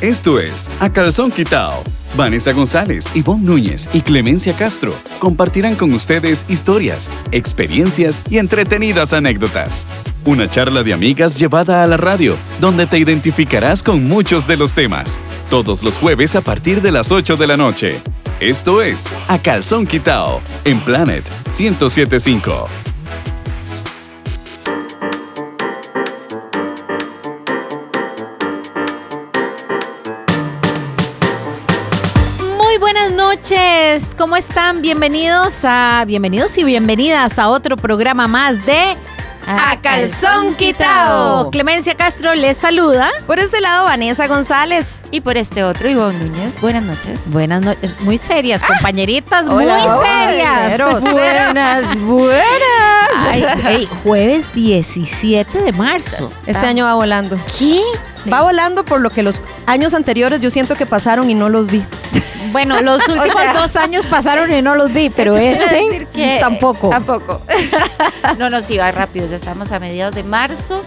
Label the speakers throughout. Speaker 1: Esto es A Calzón Quitao. Vanessa González, Ivonne Núñez y Clemencia Castro compartirán con ustedes historias, experiencias y entretenidas anécdotas. Una charla de amigas llevada a la radio, donde te identificarás con muchos de los temas. Todos los jueves a partir de las 8 de la noche. Esto es A Calzón Quitao en Planet 1075.
Speaker 2: Muy buenas noches, ¿cómo están? Bienvenidos a, bienvenidos y bienvenidas a otro programa más de
Speaker 3: A Calzón Quitao.
Speaker 2: Clemencia Castro les saluda.
Speaker 3: Por este lado, Vanessa González.
Speaker 4: Y por este otro, Ivonne Núñez, buenas noches.
Speaker 2: Buenas noches, muy serias, compañeritas, muy
Speaker 3: Ah. Hola, hola,
Speaker 2: serias.
Speaker 3: cero, cero.
Speaker 4: Buenas, buenas.
Speaker 2: Ay, ey, jueves 17 de marzo.
Speaker 3: Este año va volando.
Speaker 2: ¿Qué?
Speaker 3: Va volando por lo que los años anteriores yo siento que pasaron y no los vi.
Speaker 2: Bueno, los últimos dos años pasaron y no los vi, pero
Speaker 4: Quiero
Speaker 2: este
Speaker 4: decir que-
Speaker 2: tampoco.
Speaker 4: Tampoco. no, no, sí, va rápido. Ya estamos a mediados de marzo.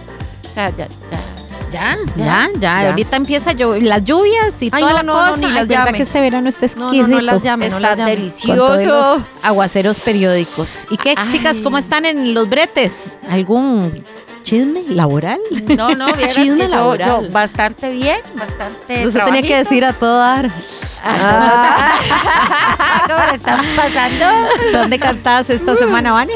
Speaker 4: O sea, ya, ya.
Speaker 2: Ya, ya, ya,
Speaker 4: Ya,
Speaker 3: ya.
Speaker 2: Ahorita empieza llo- las lluvias y
Speaker 3: Ay,
Speaker 2: toda la
Speaker 3: no, no, no,
Speaker 2: cosa.
Speaker 3: ni
Speaker 2: Ay, de
Speaker 3: las
Speaker 2: verdad
Speaker 3: llame.
Speaker 2: que este verano está
Speaker 3: No,
Speaker 2: exquisito.
Speaker 3: no, no las llame, no
Speaker 4: Está
Speaker 3: las llame.
Speaker 4: delicioso.
Speaker 2: Con todos los aguaceros periódicos. ¿Y qué,
Speaker 4: Ay.
Speaker 2: chicas, cómo están en los bretes? ¿Algún chisme laboral?
Speaker 4: No, no, vieras
Speaker 2: Chisme
Speaker 4: que yo,
Speaker 2: laboral.
Speaker 4: yo bastante bien, bastante
Speaker 3: Usted tenía que
Speaker 4: trabajito.
Speaker 3: decir a toda dar.
Speaker 4: ¿Cómo la están pasando?
Speaker 2: ¿Dónde cantabas
Speaker 3: Mm.
Speaker 2: esta semana, Vane?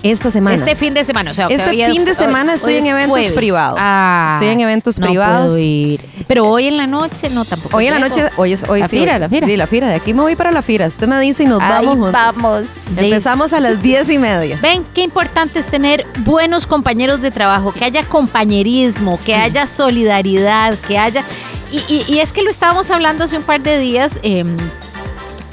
Speaker 3: Esta semana.
Speaker 2: Este fin de semana. O sea,
Speaker 3: Este
Speaker 2: todavía-
Speaker 3: fin de
Speaker 2: hoy-
Speaker 3: semana
Speaker 2: hoy
Speaker 3: estoy en
Speaker 2: es
Speaker 3: eventos
Speaker 2: jueves.
Speaker 3: privados.
Speaker 2: Ah,
Speaker 3: Estoy en eventos
Speaker 2: no
Speaker 3: privados.
Speaker 2: puedo ir. Pero hoy en la noche no tampoco.
Speaker 3: Hoy en la
Speaker 2: llego.
Speaker 3: noche, hoy es hoy
Speaker 4: La
Speaker 3: sí,
Speaker 4: fira,
Speaker 3: hoy-
Speaker 4: la fira.
Speaker 3: Sí, la fira. De aquí me voy para la fira. Usted me dice y nos
Speaker 4: Ahí
Speaker 3: vamos juntos.
Speaker 4: vamos.
Speaker 3: Empezamos a las diez y media.
Speaker 2: Ven, qué importante es tener buenos compañeros de trabajo, que haya compañerismo, que haya solidaridad, que haya... Y, y- y es que lo estábamos hablando hace un par de días em,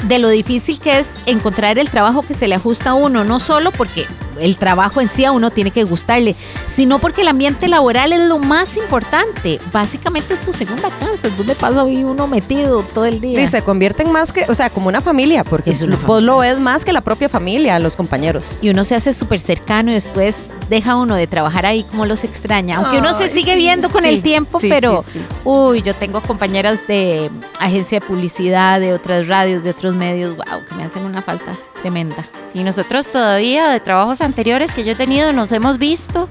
Speaker 2: de lo difícil que es encontrar el trabajo que se le ajusta a uno, no solo porque el trabajo en sí a uno tiene que gustarle, sino porque el ambiente laboral es lo más importante. Básicamente es tu segunda casa, donde pasa ahí uno metido todo el día.
Speaker 3: Y se convierten más que, o sea, como una familia, porque
Speaker 2: Es una
Speaker 3: vos lo ves más que la propia familia, los compañeros.
Speaker 2: y uno se hace súper cercano y después deja uno de trabajar ahí como los extraña. Aunque uno se
Speaker 3: Ay,
Speaker 2: sigue
Speaker 3: sí,
Speaker 2: viendo con
Speaker 4: sí,
Speaker 2: el tiempo,
Speaker 4: sí,
Speaker 2: pero
Speaker 4: sí, sí.
Speaker 2: uy, yo tengo compañeras de agencia de publicidad, de otras radios, de otros medios, wow, que me hacen una falta tremenda.
Speaker 4: Y nosotros todavía de trabajos anteriores que yo he tenido nos hemos visto,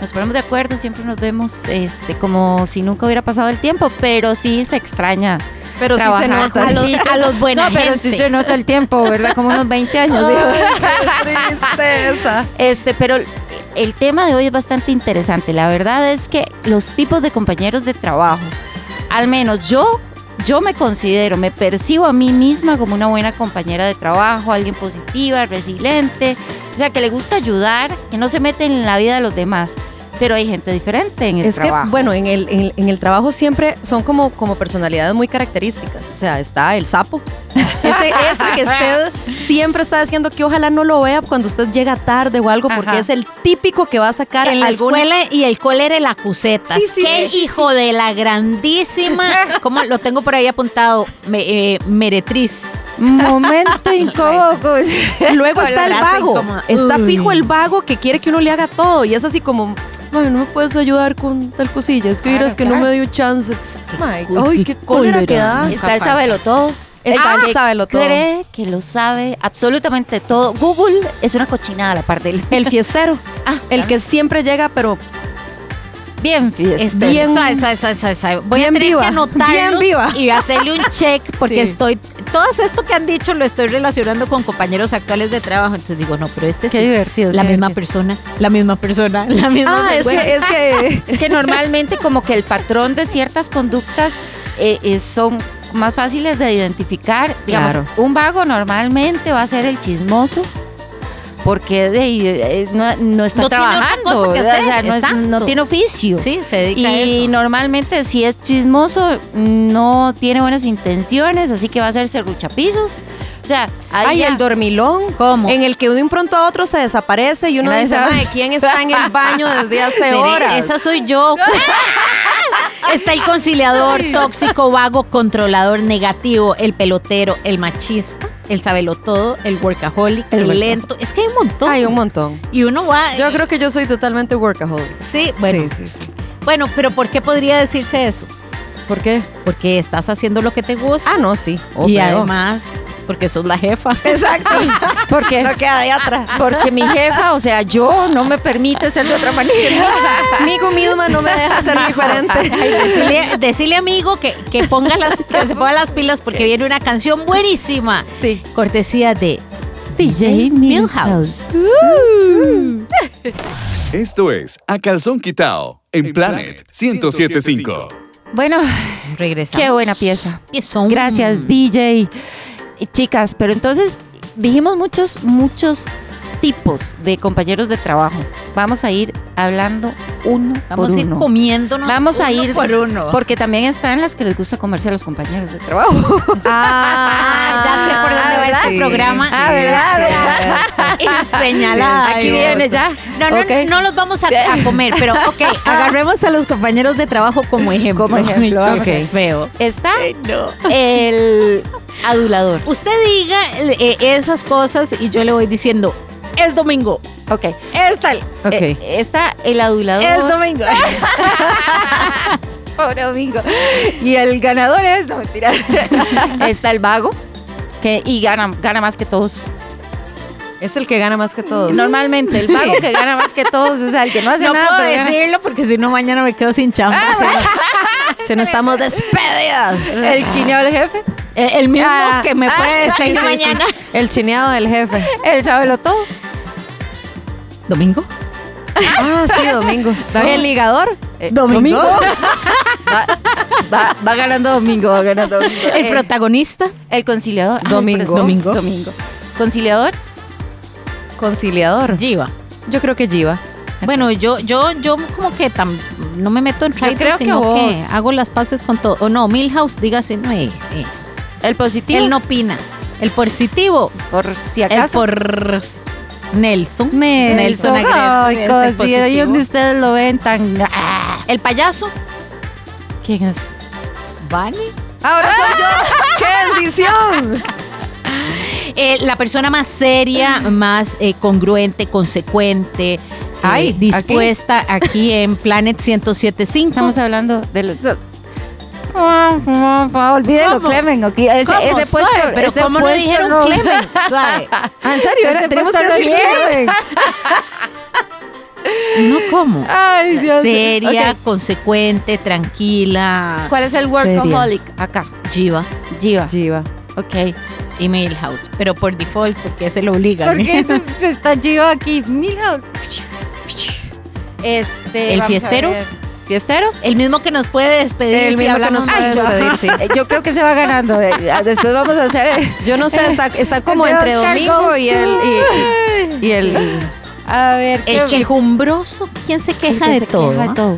Speaker 4: nos ponemos de acuerdo, siempre nos vemos este, como si nunca hubiera pasado el tiempo, pero sí se extraña.
Speaker 3: Pero sí se
Speaker 4: Trabajar
Speaker 3: nota.
Speaker 2: A los,
Speaker 4: sí,
Speaker 2: a los buena
Speaker 4: no, pero sí
Speaker 2: gente.
Speaker 4: se nota el tiempo, ¿verdad? Como unos 20 años. digo.
Speaker 3: Ay, qué tristeza.
Speaker 4: Este, pero el tema de hoy es bastante interesante. La verdad es que los tipos de compañeros de trabajo, al menos yo, yo me considero, me percibo a mí misma como una buena compañera de trabajo, alguien positiva, resiliente, o sea, que le gusta ayudar, que no se mete en la vida de los demás. Pero hay gente diferente en el
Speaker 3: es
Speaker 4: trabajo.
Speaker 3: que, bueno, en el, en, el- en el trabajo siempre son como, como personalidades muy características. O sea, está el sapo. Ese, ese que usted siempre está diciendo que ojalá no lo vea cuando usted llega tarde o algo, porque
Speaker 4: Ajá.
Speaker 3: es el típico que va a sacar
Speaker 2: En la
Speaker 3: alguna-
Speaker 2: escuela y el cole era la cuseta.
Speaker 3: Sí, sí,
Speaker 2: ¡Qué
Speaker 3: sí, sí,
Speaker 2: hijo de la grandísima! ¿Cómo lo tengo por ahí apuntado? Me- eh, meretriz.
Speaker 4: Momento incómodo.
Speaker 3: Luego
Speaker 2: con la
Speaker 3: está el
Speaker 2: frase
Speaker 3: vago.
Speaker 2: incómoda.
Speaker 3: Está
Speaker 2: Uy.
Speaker 3: fijo el vago que quiere que uno le haga todo. Y es así como, ay, no me puedes ayudar con tal cosilla. Es que
Speaker 4: Claro,
Speaker 3: vieras que no
Speaker 4: claro.
Speaker 3: me dio chance. Ay,
Speaker 2: cu-
Speaker 3: ay,
Speaker 2: qué
Speaker 3: qué cólera que
Speaker 2: cólera.
Speaker 3: da.
Speaker 4: Está el sabelo todo.
Speaker 3: Está
Speaker 4: Ah,
Speaker 3: el sábelo todo.
Speaker 4: Cree que lo sabe absolutamente todo. Google es una cochinada la parte del.
Speaker 3: El fiestero.
Speaker 4: Ah,
Speaker 3: El que siempre llega, pero
Speaker 4: Bien, fiesta.
Speaker 2: Estoy
Speaker 3: Bien-
Speaker 2: suave, suave, suave, suave, suave. Voy a
Speaker 3: bien
Speaker 2: tener que
Speaker 3: viva,
Speaker 2: anotarlos
Speaker 3: bien viva.
Speaker 2: y hacerle un check porque
Speaker 3: Sí.
Speaker 2: estoy todas esto que han dicho lo estoy relacionando con compañeros actuales de trabajo, entonces digo, no, pero este
Speaker 4: Qué
Speaker 2: sí,
Speaker 4: divertido.
Speaker 2: la
Speaker 4: qué
Speaker 2: misma
Speaker 4: divertido.
Speaker 2: persona, la misma persona, la misma
Speaker 3: Ah, es
Speaker 2: persona.
Speaker 3: que, eh, es que
Speaker 4: Es que normalmente como que el patrón de ciertas conductas eh, eh, son más fáciles de identificar. Digamos,
Speaker 3: Claro.
Speaker 4: un vago normalmente va a ser el chismoso. Porque de ahí, eh, no, no está
Speaker 2: No tiene otra
Speaker 4: trabajando,
Speaker 2: cosa que hacer,
Speaker 4: ¿verdad? O sea, no, es- no
Speaker 2: exacto.
Speaker 4: tiene oficio.
Speaker 2: Sí, se dedica a
Speaker 4: Y
Speaker 2: eso.
Speaker 4: normalmente si es chismoso, no tiene buenas intenciones, así que va a ser serruchapizos. O sea, ahí
Speaker 3: hay
Speaker 4: ya-
Speaker 3: el dormilón.
Speaker 2: ¿Cómo?
Speaker 3: ah. En el que de un pronto a otro se desaparece y uno
Speaker 4: Nadie
Speaker 3: dice,
Speaker 4: sabe.
Speaker 3: "Mae, ¿quién está en el baño desde hace
Speaker 2: Mire,
Speaker 3: horas?
Speaker 2: Esa soy yo. Está el conciliador, tóxico, vago, controlador, negativo, el pelotero, el machista, el sabelotodo, el workaholic, el,
Speaker 4: El workaholic.
Speaker 2: lento. Es que hay un montón.
Speaker 3: Hay un montón.
Speaker 2: y uno va.
Speaker 3: Yo
Speaker 2: y-
Speaker 3: creo que yo soy totalmente workaholic.
Speaker 2: Sí, bueno,
Speaker 3: Sí, sí, sí.
Speaker 2: Bueno, pero ¿por qué podría decirse eso?
Speaker 3: ¿Por qué?
Speaker 2: porque estás haciendo lo que te gusta
Speaker 3: Ah, no, sí. oh,
Speaker 2: y
Speaker 3: pero-
Speaker 2: además porque sos la jefa.
Speaker 4: Exacto. Porque no queda de atrás. Porque mi jefa, o sea, yo no me permite ser de otra manera.
Speaker 3: Conmigo misma no me deja ser diferente.
Speaker 2: Decirle, amigo que, que ponga las, que se ponga las pilas porque viene una canción buenísima.
Speaker 4: Sí.
Speaker 2: Cortesía de
Speaker 4: DJ
Speaker 2: Milhouse.
Speaker 4: Milhouse.
Speaker 1: Esto es A Calzón Quitao en Planet 1075.
Speaker 4: Bueno,
Speaker 2: Regresamos.
Speaker 4: qué buena pieza.
Speaker 2: Piezón.
Speaker 4: Gracias,
Speaker 2: Mm.
Speaker 4: DJ. Y chicas, pero entonces dijimos muchos, muchos tipos de compañeros de trabajo. Vamos a ir hablando uno
Speaker 2: Vamos
Speaker 4: por
Speaker 2: a ir
Speaker 4: uno.
Speaker 2: comiéndonos.
Speaker 4: Vamos a
Speaker 2: uno
Speaker 4: ir-
Speaker 2: por uno.
Speaker 4: Porque también están las que les gusta comerse a los compañeros de trabajo.
Speaker 2: Ah, ya sé por dónde va este programa.
Speaker 4: Ah, ¿verdad?
Speaker 2: Y señalada.
Speaker 4: Aquí
Speaker 2: Ay,
Speaker 4: viene
Speaker 2: otro.
Speaker 4: ya.
Speaker 2: No, no,
Speaker 4: Ok.
Speaker 2: no los vamos a, a comer, pero ok, agarremos a los compañeros de trabajo como ejemplo.
Speaker 4: Como ejemplo,
Speaker 2: Ay,
Speaker 4: ok.
Speaker 2: qué feo.
Speaker 4: Está el adulador.
Speaker 2: Usted diga eh, esas cosas y yo le voy diciendo, es domingo,
Speaker 4: Ok.
Speaker 2: es tal,
Speaker 3: Ok.
Speaker 4: Eh, está el adulador.
Speaker 2: es domingo.
Speaker 4: Pobre domingo. Y el ganador es, no mentira. Está el vago. Que, y gana, gana más que todos.
Speaker 3: Es el que gana más que todos.
Speaker 4: Normalmente, el vago que gana más que todos es el que no hace
Speaker 2: No Ah,
Speaker 4: nada.
Speaker 2: puedo
Speaker 4: pero gana.
Speaker 2: decirlo porque si no mañana me quedo sin chamba. O sea,
Speaker 3: Si no estamos despedidas.
Speaker 4: El chineo del jefe.
Speaker 2: eh, el mismo
Speaker 3: Ah,
Speaker 2: que me
Speaker 4: ah,
Speaker 2: puede
Speaker 4: sí,
Speaker 2: decir
Speaker 4: sí, sí.
Speaker 2: mañana.
Speaker 3: El chineado del jefe.
Speaker 4: Él sabe lo todo.
Speaker 2: ¿Domingo?
Speaker 3: Ah, sí, domingo. El ligador.
Speaker 2: ¿Domingo?
Speaker 4: Va, va- va ganando domingo, va ganando domingo.
Speaker 2: ¿El
Speaker 4: Eh,
Speaker 2: protagonista?
Speaker 4: el conciliador. Ah, el
Speaker 3: Domingo.
Speaker 4: pro-
Speaker 2: Domingo.
Speaker 4: Domingo. Conciliador.
Speaker 3: Conciliador.
Speaker 2: Giva.
Speaker 3: Yo creo que Giva.
Speaker 2: Bueno, yo, yo, yo como que tam- no me meto en traitos,
Speaker 4: creo que
Speaker 2: sino que,
Speaker 4: vos.
Speaker 2: hago las paces con todo. O no, Milhouse, dígase, no, eh, eh.
Speaker 4: El positivo.
Speaker 2: él no opina. El positivo,
Speaker 4: Por si
Speaker 2: el
Speaker 4: acaso.
Speaker 2: por Nelson. Nelson Agres- es
Speaker 4: Ay,
Speaker 2: el
Speaker 4: cosi,
Speaker 2: positivo.
Speaker 4: ahí donde ustedes lo ven tan. ah.
Speaker 2: El payaso,
Speaker 4: ¿Quién es?
Speaker 2: Vani.
Speaker 3: Ahora soy yo.
Speaker 4: ¡Ah!
Speaker 3: ¡Qué bendición!
Speaker 2: Eh, la persona más seria,
Speaker 4: Mm.
Speaker 2: más eh, congruente, consecuente, eh,
Speaker 3: Ay, aquí.
Speaker 2: dispuesta aquí. en Planet 1075.
Speaker 4: Estamos hablando del. Ah, ah, ah, Olvídelo,
Speaker 2: ¿Cómo?
Speaker 4: Clemen. ok, Ese,
Speaker 2: ¿Cómo?
Speaker 4: ese
Speaker 2: Suave,
Speaker 4: puesto.
Speaker 2: pero
Speaker 4: ese
Speaker 2: ¿cómo no
Speaker 4: puesto
Speaker 2: dijeron
Speaker 4: no-
Speaker 2: Clemen? Suave.
Speaker 3: Ah, en serio,
Speaker 4: Ese
Speaker 3: Ahora tenemos que
Speaker 4: puesto no
Speaker 3: decir
Speaker 4: tiene.
Speaker 2: No como.
Speaker 4: Ay, Dios.
Speaker 2: Seria,
Speaker 4: Ok,
Speaker 2: consecuente, tranquila.
Speaker 4: ¿Cuál es el
Speaker 3: Seria.
Speaker 4: workaholic acá?
Speaker 2: Jiva
Speaker 4: Jiva.
Speaker 3: Giva.
Speaker 4: Ok.
Speaker 2: y Milhouse, pero por default porque se lo obligan. ¿eh?
Speaker 4: ¿Por qué está Jiva aquí? Milhouse. Este.
Speaker 2: ¿El
Speaker 4: vamos a
Speaker 2: fiestero?
Speaker 4: ver. ¿Fiestero?
Speaker 2: El mismo que nos puede despedir.
Speaker 3: El
Speaker 2: si
Speaker 3: mismo que
Speaker 2: hablamos
Speaker 3: nos
Speaker 2: mal.
Speaker 3: puede
Speaker 4: Ay, no.
Speaker 3: despedir, sí.
Speaker 4: Eh, Yo creo que se va ganando. eh, ya, Después vamos a hacer. eh,
Speaker 3: Yo no sé, está, está como
Speaker 4: de
Speaker 3: entre
Speaker 4: Oscar
Speaker 3: domingo
Speaker 4: goes
Speaker 3: y
Speaker 4: to-
Speaker 3: el. Y, y- y el.
Speaker 4: A ver, ¿qué-
Speaker 2: El quejumbroso, ¿quién se
Speaker 4: el que
Speaker 2: queja
Speaker 4: se
Speaker 2: de todo? ah?
Speaker 4: todo.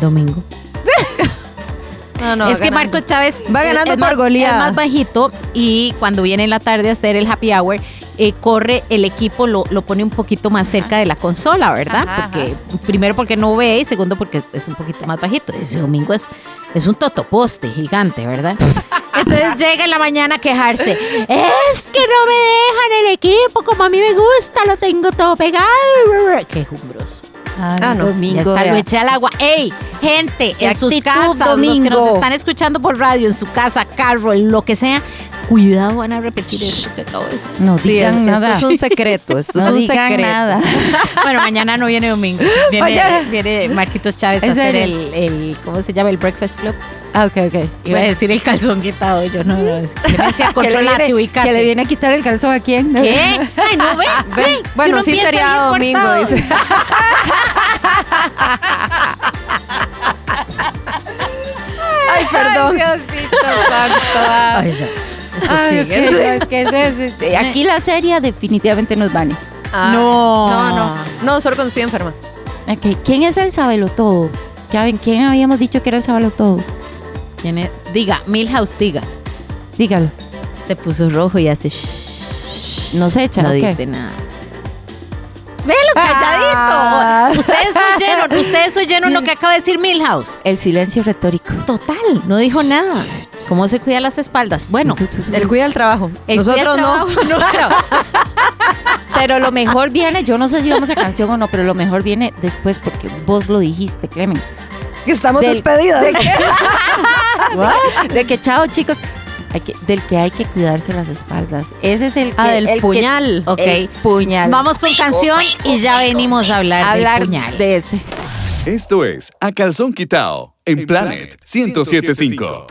Speaker 2: Domingo.
Speaker 3: No, no.
Speaker 2: es que Marco Chávez
Speaker 3: Va
Speaker 2: es-
Speaker 3: ganando
Speaker 2: es
Speaker 3: por
Speaker 2: más-
Speaker 3: goleada.
Speaker 2: Es más bajito y cuando viene en la tarde a hacer el happy hour, eh, corre el equipo, lo, lo pone un poquito más cerca de la consola, ¿verdad?
Speaker 4: Ajá,
Speaker 2: porque primero porque no ve y segundo porque es un poquito más bajito. Ese domingo es, es un totoposte gigante, ¿verdad? Entonces llega en la mañana a quejarse. Es que no me dejan el equipo como a mí me gusta, lo tengo todo pegado. Qué jumbroso.
Speaker 3: Ah, no.
Speaker 2: Ya
Speaker 4: Domingo.
Speaker 2: está,
Speaker 4: vea.
Speaker 2: lo eché al agua. ¡Ey! Gente, en sus
Speaker 4: actitud,
Speaker 2: casas, los que
Speaker 4: Domingo.
Speaker 2: nos están escuchando por radio, en su casa, carro, en lo que sea, cuidado, van a repetir eso que acabo de decir.
Speaker 4: No
Speaker 3: Sí, es-
Speaker 4: digan
Speaker 3: esto
Speaker 4: nada.
Speaker 3: es un secreto. Esto es
Speaker 4: no
Speaker 3: un
Speaker 4: digan
Speaker 3: secreto.
Speaker 4: nada.
Speaker 2: Bueno, mañana no viene domingo. Viene,
Speaker 4: Mañana.
Speaker 2: viene Marquitos Chávez a
Speaker 4: ¿En
Speaker 2: hacer
Speaker 4: serio?
Speaker 2: el, el- ¿cómo se llama? El Breakfast Club.
Speaker 4: Ah, ok, ok.
Speaker 2: Iba a decir el calzón quitado, yo no. Gracias,
Speaker 4: que, le
Speaker 2: controlate,
Speaker 4: viene,
Speaker 2: ubicate.
Speaker 4: que le viene a quitar el calzón a quién.
Speaker 2: ¿Qué? Ay, no, ve, ve.
Speaker 3: Bueno,
Speaker 2: Uno
Speaker 3: sí
Speaker 2: empieza
Speaker 3: sería
Speaker 2: bien
Speaker 3: domingo,
Speaker 2: cortado.
Speaker 3: dice.
Speaker 4: Ay, perdón. Diosito santo.
Speaker 2: Ay, ya. Eso
Speaker 4: Ay,
Speaker 2: sí.
Speaker 4: Ah, ok, no, es que eso es, este, Aquí la serie definitivamente nos van.
Speaker 3: Ah,
Speaker 2: No.
Speaker 3: No, no. No, solo cuando estoy enferma.
Speaker 4: Ok, ¿Quién es el sabelotodo? ¿Saben quién habíamos dicho que era el sabelotodo?
Speaker 2: ¿Quién es? Diga, Milhouse, diga.
Speaker 4: Dígalo.
Speaker 2: Se puso rojo y hace shh.
Speaker 4: Shh, No se echa.
Speaker 2: no
Speaker 4: ¿o qué?
Speaker 2: dice nada. Velo, calladito.
Speaker 4: Ah.
Speaker 2: Ustedes oyeron, ustedes oyeron lo que acaba de decir Milhouse.
Speaker 4: El silencio retórico.
Speaker 2: Total, no dijo nada. ¿Cómo se cuida las espaldas? Bueno,
Speaker 3: El cuida el trabajo.
Speaker 2: el
Speaker 3: Nosotros
Speaker 2: pie
Speaker 3: no.
Speaker 2: trabaja- Claro.
Speaker 4: Pero lo mejor viene, yo no sé si vamos a canción o no, pero lo mejor viene después porque vos lo dijiste, Clemen.
Speaker 3: Que estamos
Speaker 4: Del-
Speaker 3: despedidas.
Speaker 2: Ah,
Speaker 4: De que chao, chicos. hay que- del que hay que cuidarse las espaldas. Ese es el que-
Speaker 3: Ah, del
Speaker 4: el que-
Speaker 3: puñal.
Speaker 4: ok,
Speaker 2: El
Speaker 4: puñal.
Speaker 2: Vamos con canción y ya venimos a hablar,
Speaker 4: a hablar
Speaker 2: del puñal.
Speaker 4: de ese.
Speaker 1: Esto es A Calzón Quitao en Planet 1075.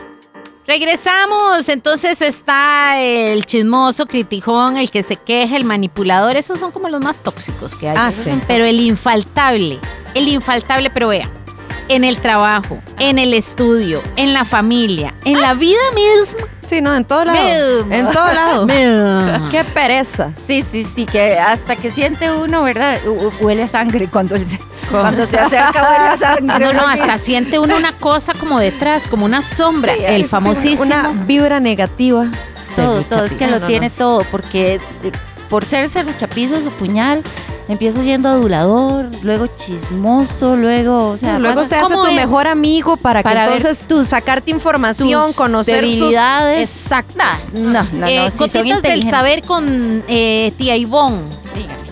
Speaker 2: Regresamos, entonces está el chismoso, criticón, el que se queja, el manipulador, esos son como los más tóxicos que hay.
Speaker 3: Ah,
Speaker 2: Esos
Speaker 3: sí.
Speaker 2: son- pero el infaltable, el infaltable, pero vea, en el trabajo, en el estudio, en la familia, en la vida misma.
Speaker 3: Sí, no, en todo lado.
Speaker 4: Mismo.
Speaker 3: En todo lado.
Speaker 2: Misma.
Speaker 3: Qué pereza.
Speaker 4: Sí, sí, sí, que hasta que siente uno, ¿verdad? Hu- hu- Huele a sangre cuando, él se, cuando se acerca, huele
Speaker 2: Ah,
Speaker 4: a sangre.
Speaker 2: No, no, hasta siente uno una cosa como detrás, como una sombra,
Speaker 4: Sí,
Speaker 2: el
Speaker 4: eso sí,
Speaker 2: famosísimo.
Speaker 3: Una vibra negativa.
Speaker 4: Todo, todo, es que lo
Speaker 3: No, no,
Speaker 4: tiene
Speaker 3: no.
Speaker 4: todo, porque eh, por ser cerruchapizo, su puñal empieza siendo adulador, luego chismoso, luego, o sea,
Speaker 3: Luego
Speaker 4: pasa
Speaker 3: se hace
Speaker 2: ¿cómo
Speaker 3: tu
Speaker 2: es?
Speaker 3: mejor amigo para,
Speaker 4: Para
Speaker 3: que
Speaker 4: ver
Speaker 3: entonces tú sacarte información,
Speaker 4: tus
Speaker 3: conocer
Speaker 4: debilidades.
Speaker 3: tus... Exacto.
Speaker 4: No, no, no,
Speaker 2: Eh,
Speaker 4: sí, son
Speaker 2: cositas del
Speaker 4: inteligentes.
Speaker 2: saber con eh, tía Ivonne.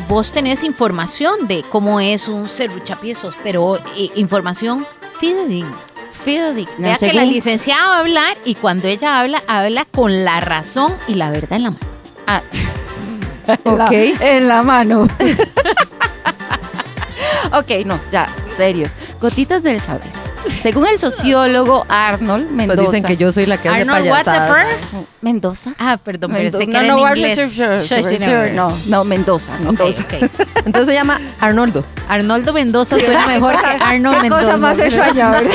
Speaker 2: Vos tenés información de cómo es un serruchapiezos, pero eh, información fidedigna.
Speaker 4: Fidedigna,
Speaker 2: Vea que la
Speaker 4: según-
Speaker 2: licenciada va a hablar y cuando ella habla, habla con la razón y la verdad en la mano.
Speaker 4: Ah,
Speaker 3: Ok.
Speaker 4: en la mano. ok, no, ya, serios. Gotitas del saber. Según el sociólogo Arnold
Speaker 3: Pues
Speaker 4: Mendoza. Mm,
Speaker 3: dicen que yo soy la que hace
Speaker 2: Arnold, what the
Speaker 3: payasadas.
Speaker 2: fuck?
Speaker 4: Mendoza.
Speaker 2: Ah, perdón, pero
Speaker 4: Mendoza.
Speaker 2: sé que era en
Speaker 4: Arnold,
Speaker 2: inglés.
Speaker 4: sure, sure,
Speaker 2: Sure,
Speaker 4: sure,
Speaker 2: sure.
Speaker 4: sure. No, no, Mendoza,
Speaker 2: Ok,
Speaker 4: Mendoza.
Speaker 2: ok.
Speaker 3: Entonces se llama Arnoldo.
Speaker 2: Arnoldo Mendoza suena mejor que Arnold
Speaker 4: Qué
Speaker 2: Mendoza.
Speaker 4: cosa más extraña, ¿verdad?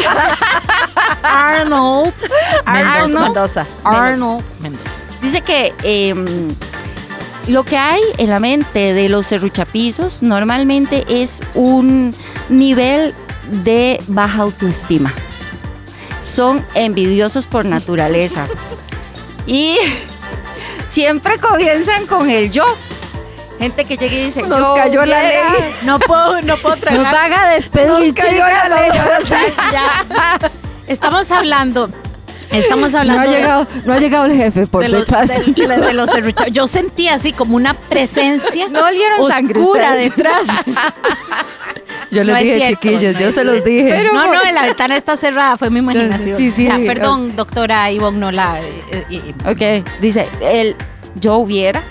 Speaker 2: Arnold.
Speaker 3: Mendoza.
Speaker 2: Arnold.
Speaker 3: Mendoza.
Speaker 2: Arnold Mendoza.
Speaker 4: Dice que em, lo que hay en la mente de los serruchapizos normalmente es un nivel de baja autoestima. Son envidiosos por naturaleza. y siempre comienzan con el yo. Gente que llega y dice,
Speaker 3: Nos
Speaker 4: "Yo
Speaker 3: cayó la
Speaker 4: hubiera-
Speaker 3: ley".
Speaker 2: No puedo, no puedo
Speaker 4: Nos
Speaker 2: tragar.
Speaker 4: van a despedir. chicas".
Speaker 3: la ley. ahora sí.
Speaker 2: Ya. Estamos hablando. Estamos
Speaker 4: No ha
Speaker 2: hablando de-
Speaker 4: llegado, no ha llegado el jefe por
Speaker 2: de, los,
Speaker 4: detrás.
Speaker 2: de- de- de los serruchados. Yo sentí así como una presencia
Speaker 4: No olieron sangre
Speaker 2: oscura
Speaker 4: ustedes.
Speaker 2: detrás.
Speaker 3: Yo
Speaker 2: No
Speaker 3: les
Speaker 2: es
Speaker 3: dije,
Speaker 2: cierto,
Speaker 3: chiquillos,
Speaker 2: no
Speaker 3: yo
Speaker 2: es
Speaker 3: se los
Speaker 2: cierto.
Speaker 3: dije.
Speaker 2: no, no, la ventana está cerrada, fue mi imaginación.
Speaker 4: Sí, sí.
Speaker 2: Ya, perdón, doctora Ivonne, no la. eh, eh, eh,
Speaker 4: Ok, dice, el yo hubiera.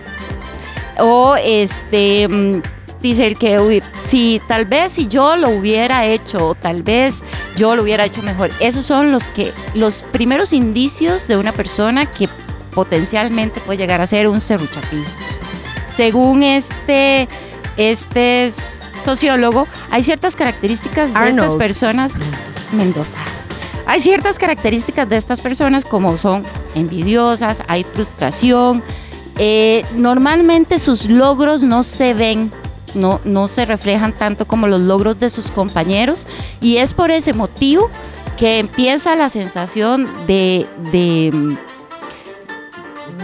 Speaker 4: O este, mm, dice el que, "Uy, si tal vez si yo lo hubiera hecho, o tal vez yo lo hubiera hecho mejor. Esos son los que, los primeros indicios de una persona que potencialmente puede llegar a ser un serruchapizos. Según este, este s- sociólogo, hay ciertas características de estas
Speaker 3: Arnold.
Speaker 4: personas Mendoza. Hay ciertas características de estas personas como son envidiosas, hay frustración. eh, normalmente sus logros no se ven, no, no se reflejan tanto como los logros de sus compañeros y es por ese motivo que empieza la sensación de... de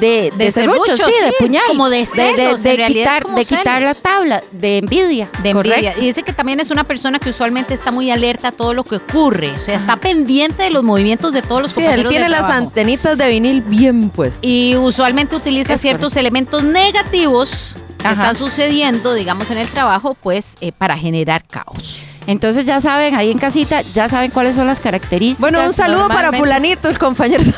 Speaker 4: de, de,
Speaker 2: De
Speaker 4: serrucho,
Speaker 2: serrucho,
Speaker 4: sí, de
Speaker 2: sí,
Speaker 4: puñal.
Speaker 2: como de celos,
Speaker 4: de
Speaker 2: en realidad es
Speaker 4: quitar,
Speaker 2: como
Speaker 4: de quitar la
Speaker 2: celos.
Speaker 4: tabla, de envidia.
Speaker 2: de envidia.
Speaker 4: correcto.
Speaker 2: Y dice que también es una persona que usualmente está muy alerta a todo lo que ocurre. O sea, está pendiente de los movimientos de todos los
Speaker 3: Sí, él
Speaker 2: compañeros
Speaker 3: tiene
Speaker 2: de
Speaker 3: las
Speaker 2: trabajo.
Speaker 3: antenitas de vinil bien puestas.
Speaker 2: y usualmente utiliza
Speaker 4: Es
Speaker 2: ciertos elementos negativos que
Speaker 4: Ajá.
Speaker 2: están sucediendo, digamos, en el trabajo, pues eh, para generar caos.
Speaker 4: Entonces ya saben, ahí en casita, ya saben cuáles son las características.
Speaker 3: Bueno, un saludo para
Speaker 4: normalmente.
Speaker 3: fulanito, el compañero.
Speaker 2: No,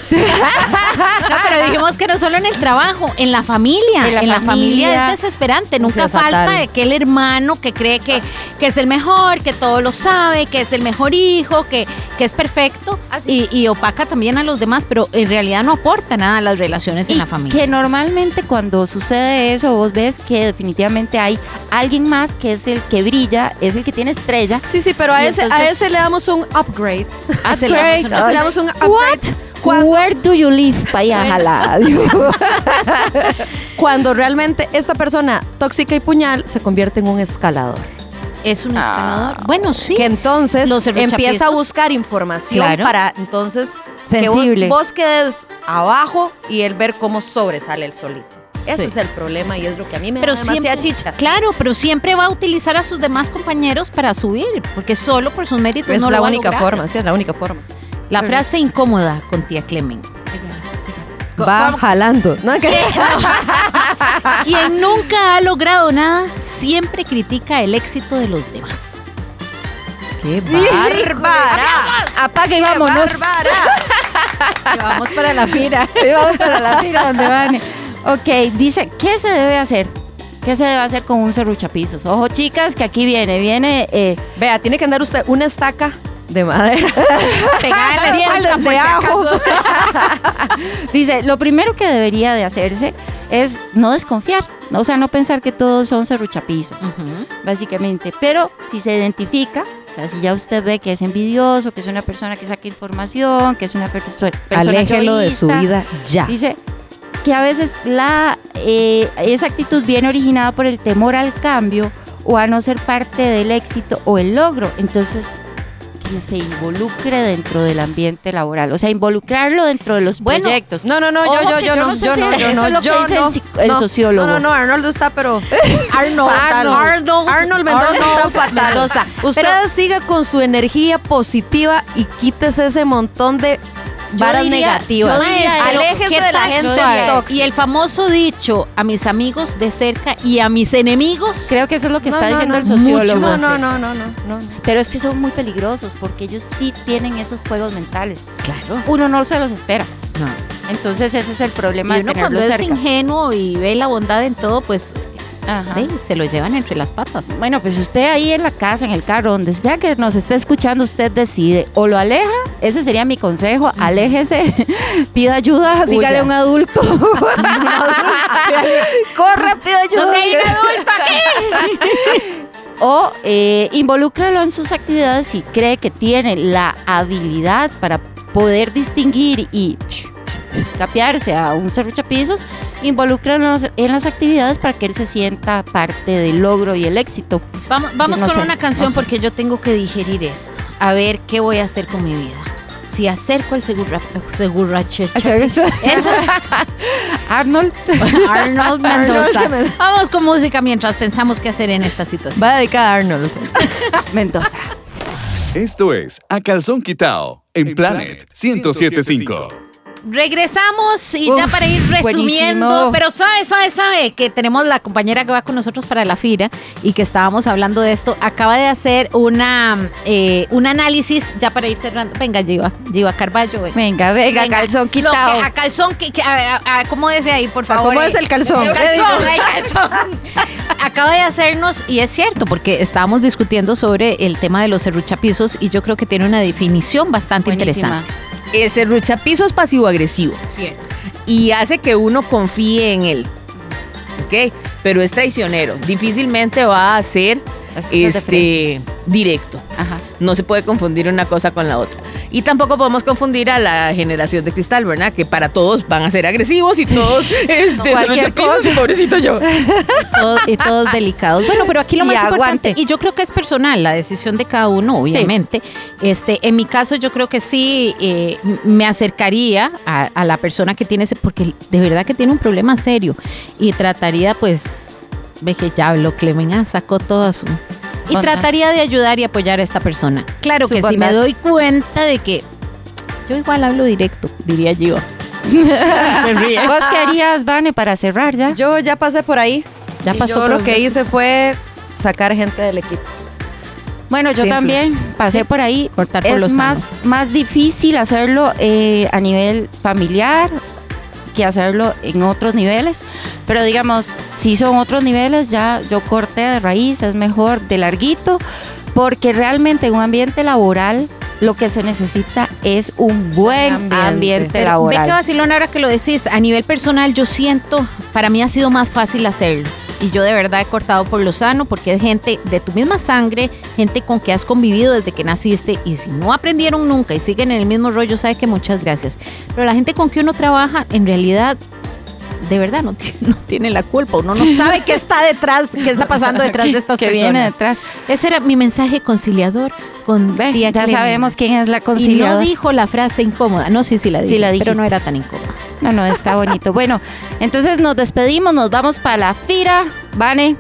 Speaker 2: pero dijimos que no solo en el trabajo, en la familia. En la, familia, es desesperante.
Speaker 3: Sí,
Speaker 2: Nunca
Speaker 3: es fatal.
Speaker 2: falta aquel hermano que cree que, que es el mejor, que todo lo sabe, que es el mejor hijo, que, que es perfecto y, y opaca también a los demás, pero en realidad no aporta nada a las relaciones
Speaker 4: Y
Speaker 2: en la familia.
Speaker 4: Que normalmente cuando sucede eso, vos ves que definitivamente hay alguien más que es el que brilla, es el que tiene estrella.
Speaker 3: Sí, sí, pero a
Speaker 4: Y
Speaker 3: ese, a
Speaker 4: entonces-
Speaker 3: ese le damos un upgrade.
Speaker 2: Se le damos
Speaker 3: A ese
Speaker 2: una-
Speaker 3: le damos un upgrade. Cuando,
Speaker 4: Where do you live, payajala?
Speaker 3: cuando realmente esta persona tóxica y puñal se convierte en un escalador.
Speaker 2: Es un
Speaker 4: Ah.
Speaker 2: escalador. bueno, sí.
Speaker 3: Que entonces
Speaker 2: Los cerruchapiezos.
Speaker 3: empieza a buscar información
Speaker 2: Claro.
Speaker 3: para entonces que
Speaker 4: Sensible.
Speaker 3: vos, vos quedes abajo y él ver cómo sobresale el solito. Ese
Speaker 2: Sí.
Speaker 3: es el problema y es lo que a mí me
Speaker 2: Pero
Speaker 3: da demasiada
Speaker 2: siempre-
Speaker 3: chicha.
Speaker 2: Claro, pero siempre va a utilizar a sus demás compañeros para subir, porque solo por sus méritos
Speaker 3: Es
Speaker 2: no
Speaker 3: la
Speaker 2: lo va a
Speaker 3: única
Speaker 2: lograr.
Speaker 3: forma, sí, es la única forma. Mm.
Speaker 2: La frase incómoda con tía Clemen. Co-
Speaker 3: Va
Speaker 2: como-
Speaker 3: jalando. No, que-
Speaker 2: Quien nunca ha logrado nada siempre critica el éxito de los demás.
Speaker 3: ¡Qué bárbara!
Speaker 4: Apague y
Speaker 3: ¡Qué
Speaker 4: vámonos.
Speaker 3: bárbara!
Speaker 2: Vamos para la fira.
Speaker 4: Y vamos para la fila donde van. Ok, dice, ¿qué se debe hacer? ¿Qué se debe hacer con un cerruchapizos? Ojo, chicas, que aquí viene, viene eh,
Speaker 3: Vea, tiene que andar usted una estaca de madera.
Speaker 2: Pegar
Speaker 3: las faldas de ajo.
Speaker 4: Dice, lo primero que debería de hacerse es no desconfiar, o sea, no pensar que todos son serruchapizos, básicamente. Pero si se identifica, o sea, si ya usted ve que es envidioso, que es una persona que saca información, que es una per- persona
Speaker 3: Aléjelo de su
Speaker 4: egoísta,
Speaker 3: vida ya.
Speaker 4: Dice que a veces la, eh, esa actitud viene originada por el temor al cambio o a no ser parte del éxito o el logro. Entonces, que se involucre dentro del ambiente laboral, o sea, involucrarlo dentro de los
Speaker 2: Bueno,
Speaker 4: proyectos.
Speaker 3: No, no, no, yo,
Speaker 4: Ojo
Speaker 3: yo,
Speaker 4: que
Speaker 3: yo
Speaker 4: yo
Speaker 3: no,
Speaker 4: no sé
Speaker 3: yo
Speaker 4: si
Speaker 3: no, yo
Speaker 4: eso
Speaker 3: no,
Speaker 4: es lo que
Speaker 3: yo
Speaker 4: dice el
Speaker 3: no.
Speaker 4: psico- el
Speaker 3: No,
Speaker 4: sociólogo.
Speaker 3: No, no, no, Arnoldo está, pero
Speaker 2: Arnold.
Speaker 3: Fatal.
Speaker 2: Arnold.
Speaker 3: Arnold Mendoza está fatal.
Speaker 2: Mendoza.
Speaker 3: Usted
Speaker 2: Pero-
Speaker 3: siga con su energía positiva y quítese ese montón de
Speaker 4: Yo
Speaker 3: varas
Speaker 4: diría-
Speaker 3: negativas.
Speaker 4: yo diría, pero
Speaker 3: Aléjese
Speaker 4: ¿qué
Speaker 3: de la
Speaker 4: tal-
Speaker 3: gente
Speaker 4: suave?
Speaker 3: tóxica.
Speaker 2: Y el famoso dicho, a mis amigos de cerca y a mis enemigos.
Speaker 4: Creo que eso es lo que
Speaker 3: No,
Speaker 4: está
Speaker 3: no,
Speaker 4: diciendo
Speaker 3: no,
Speaker 4: el sociólogo.
Speaker 3: No, no, no, no, no, no. no.
Speaker 4: Pero es que son muy peligrosos porque ellos sí tienen esos juegos mentales.
Speaker 2: claro.
Speaker 4: Uno no se los espera.
Speaker 2: No.
Speaker 4: Entonces ese es el problema
Speaker 2: Y
Speaker 4: de
Speaker 2: uno cuando
Speaker 4: tenerlos
Speaker 2: es
Speaker 4: cerca.
Speaker 2: ingenuo y ve la bondad en todo, pues
Speaker 4: Ajá.
Speaker 2: de, se lo llevan entre las patas.
Speaker 4: Bueno, pues usted ahí en la casa, en el carro, donde sea que nos esté escuchando, usted decide. O lo aleja, ese sería mi consejo, aléjese, pida ayuda, dígale a un adulto. Corra, pida ayuda. O eh, involúcralo en sus actividades si cree que tiene la habilidad para poder distinguir y capearse a un cerruchapizos, involúcralo en las- en las actividades para que él se sienta parte del logro y el éxito.
Speaker 2: Vamos, vamos
Speaker 4: No
Speaker 2: con
Speaker 4: sé,
Speaker 2: una canción
Speaker 4: no sé.
Speaker 2: porque yo tengo que digerir esto. A ver qué voy a hacer con mi vida. Si acerco el segurra, segurrachecho. Eso.
Speaker 4: Arnold.
Speaker 2: Arnold
Speaker 3: Arnold, que
Speaker 2: Mendoza.
Speaker 3: me-
Speaker 2: Vamos con música mientras pensamos qué hacer en esta situación.
Speaker 3: Va a dedicar a Arnold.
Speaker 4: Mendoza.
Speaker 1: Esto es A Calzón Quitao en Planet 1075.
Speaker 2: Regresamos y ya
Speaker 4: Uf,
Speaker 2: para ir resumiendo,
Speaker 4: buenísimo.
Speaker 2: pero sabe, sabe, sabe que tenemos la compañera que va con nosotros para la fira y que estábamos hablando de esto, acaba de hacer una eh, un análisis ya para ir cerrando. Venga, Giva, Giva Carballo. eh.
Speaker 4: Venga, venga,
Speaker 2: Venga,
Speaker 4: calzón
Speaker 2: Lo que-
Speaker 4: quitado.
Speaker 2: a calzón, que, que- a- a- a- ¿cómo dice ahí, por favor?
Speaker 3: ¿Cómo
Speaker 2: eh?
Speaker 3: es el calzón?
Speaker 2: El calzón, el calzón. Acaba de hacernos, y es cierto, porque estábamos discutiendo sobre el tema de los serruchapizos y yo creo que tiene una definición bastante
Speaker 4: Buenísima.
Speaker 2: interesante.
Speaker 5: El serruchapizo es pasivo-agresivo y hace que uno confíe en él. ¿Ok? Pero es traicionero. Difícilmente va a ser
Speaker 4: Las cosas de frente.
Speaker 5: este, directo.
Speaker 4: Ajá.
Speaker 5: No se puede confundir una cosa con la otra. Y tampoco podemos confundir a la generación de cristal, ¿verdad? Que para todos van a ser agresivos y todos este,
Speaker 4: cualquier
Speaker 5: serruchapizos, y pobrecito yo.
Speaker 2: Todos- y todos delicados. Bueno, pero aquí lo
Speaker 4: Y
Speaker 2: más importante,
Speaker 4: aguante.
Speaker 2: y yo creo que es personal, la decisión de cada uno, obviamente. Este, en mi caso, yo creo que sí eh, m- me acercaría a, a la persona que tiene ese, porque de verdad que tiene un problema serio. Y trataría, pues, ve que ya habló Clemen, ah, sacó todo su. Y
Speaker 4: Bondad.
Speaker 2: trataría de ayudar y apoyar a esta persona. Claro
Speaker 4: Su
Speaker 2: que si me
Speaker 4: bondad.
Speaker 2: doy cuenta de que yo igual hablo directo, diría yo.
Speaker 4: ¿Vos qué harías, Vane, para cerrar ya?
Speaker 3: Yo ya pasé por ahí.
Speaker 2: Ya
Speaker 3: y
Speaker 2: pasó
Speaker 3: yo lo
Speaker 2: por-
Speaker 3: que hice fue sacar gente del equipo.
Speaker 4: Bueno, yo
Speaker 3: Simple.
Speaker 4: también pasé por ahí.
Speaker 2: cortar por
Speaker 4: Es
Speaker 2: los
Speaker 4: más, más difícil hacerlo eh, a nivel familiar que hacerlo en otros niveles, pero digamos, si son otros niveles, ya yo corté de raíz, es mejor de larguito, porque realmente en un ambiente laboral lo que se necesita es un buen
Speaker 3: Ambiente.
Speaker 4: ambiente,
Speaker 2: Pero Ve que
Speaker 4: laboral.
Speaker 2: vacilón ahora que lo decís. A nivel personal, yo siento, para mí ha sido más fácil hacerlo. Y yo de verdad he cortado por lo sano porque es gente de tu misma sangre, gente con que has convivido desde que naciste. Y si no aprendieron nunca y siguen en el mismo rollo, sabe que muchas gracias. Pero la gente con que uno trabaja, en realidad, de verdad no tiene, no tiene la culpa. Uno no sabe qué está detrás, qué está pasando detrás de estas
Speaker 4: que
Speaker 2: personas.
Speaker 4: viene detrás.
Speaker 2: Ese era mi mensaje conciliador con
Speaker 4: Ve,
Speaker 2: tía
Speaker 4: ya
Speaker 2: Clemen.
Speaker 4: sabemos quién es la
Speaker 2: Y no
Speaker 4: conciliadora.
Speaker 2: dijo la frase incómoda. No, sí, sí la
Speaker 4: Sí
Speaker 2: dije,
Speaker 4: la
Speaker 2: pero no
Speaker 4: dijiste.
Speaker 2: era tan incómoda.
Speaker 4: No, no, está bonito. Bueno, entonces nos despedimos, nos vamos para la fira, Vane.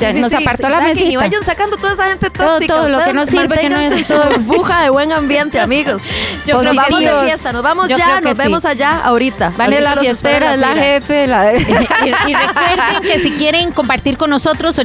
Speaker 4: Ya
Speaker 3: Sí, sí,
Speaker 4: nos
Speaker 3: sí,
Speaker 4: apartó
Speaker 3: sí,
Speaker 4: la
Speaker 3: saquen
Speaker 4: mesita.
Speaker 3: Y vayan sacando toda esa gente
Speaker 4: Todo,
Speaker 3: tóxica.
Speaker 4: todo lo
Speaker 3: Ustedes
Speaker 4: que no sirve, que no
Speaker 3: manténganse
Speaker 4: es
Speaker 3: en su burbuja de buen ambiente, amigos.
Speaker 4: Yo
Speaker 3: nos
Speaker 4: creo
Speaker 3: vamos
Speaker 4: que
Speaker 3: de
Speaker 4: sí.
Speaker 3: fiesta, nos vamos
Speaker 4: Yo
Speaker 3: ya,
Speaker 4: creo que
Speaker 3: nos
Speaker 4: sí.
Speaker 3: vemos allá ahorita.
Speaker 4: Vale,
Speaker 3: Así
Speaker 4: la
Speaker 3: que los espero en
Speaker 4: fiestera es la
Speaker 3: fila.
Speaker 4: jefe. La...
Speaker 2: Y, y recuerden que si quieren compartir con nosotros,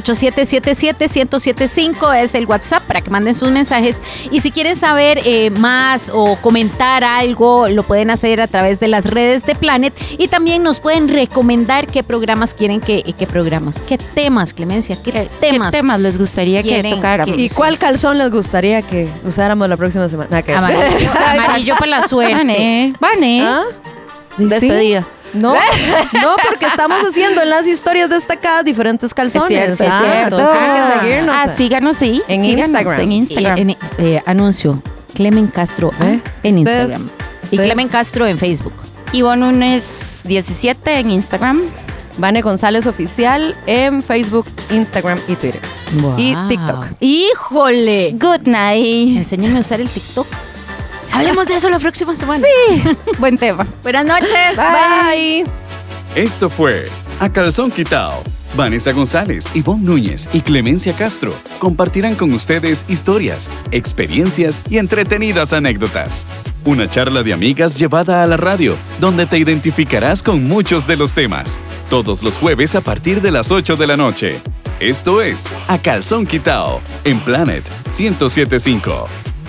Speaker 2: 8777-1075 es el WhatsApp para que manden sus mensajes. Y si quieren saber eh, más o comentar algo, lo pueden hacer a través de las redes de Planet. Y también nos pueden recomendar qué programas quieren que, eh, qué programas, qué temas, Clemencia, qué, temas.
Speaker 4: ¿Qué temas les gustaría que
Speaker 2: quieren
Speaker 4: tocáramos?
Speaker 2: que-
Speaker 3: ¿Y cuál calzón les gustaría que usáramos la próxima semana? Nada que ver.
Speaker 2: Amarillo, amarillo para la suerte.
Speaker 4: Vané, Vané.
Speaker 3: ¿Ah? ¿Sí?
Speaker 4: Despedida.
Speaker 3: No, no, porque estamos haciendo en las historias destacadas diferentes calzones. Ah, entonces tienen que seguirnos.
Speaker 4: Ah, síganos, sí.
Speaker 3: En
Speaker 4: síganos
Speaker 3: Instagram.
Speaker 4: En Instagram.
Speaker 2: Y, en- eh, anuncio, Clemen Castro ah,
Speaker 3: ¿Eh? Es que
Speaker 2: en
Speaker 3: ustedes-
Speaker 2: Instagram. Y
Speaker 3: ustedes-
Speaker 2: Clemen Castro en Facebook.
Speaker 4: Ivonne Unes 17 en Instagram.
Speaker 3: Vane González Oficial en Facebook, Instagram y Twitter. Y TikTok.
Speaker 2: ¡Híjole!
Speaker 4: Good night.
Speaker 2: Enséñame a usar el TikTok. Hablemos de eso la próxima semana.
Speaker 4: Buen tema.
Speaker 2: Buenas noches.
Speaker 3: Bye.
Speaker 1: Esto fue A Calzón Quitao. Vanessa González, Ivonne Núñez y Clemencia Castro compartirán con ustedes historias, experiencias y entretenidas anécdotas. Una charla de amigas llevada a la radio, donde te identificarás con muchos de los temas. Todos los jueves a partir de las 8 de la noche. Esto es A Calzón Quitao en Planet 1075.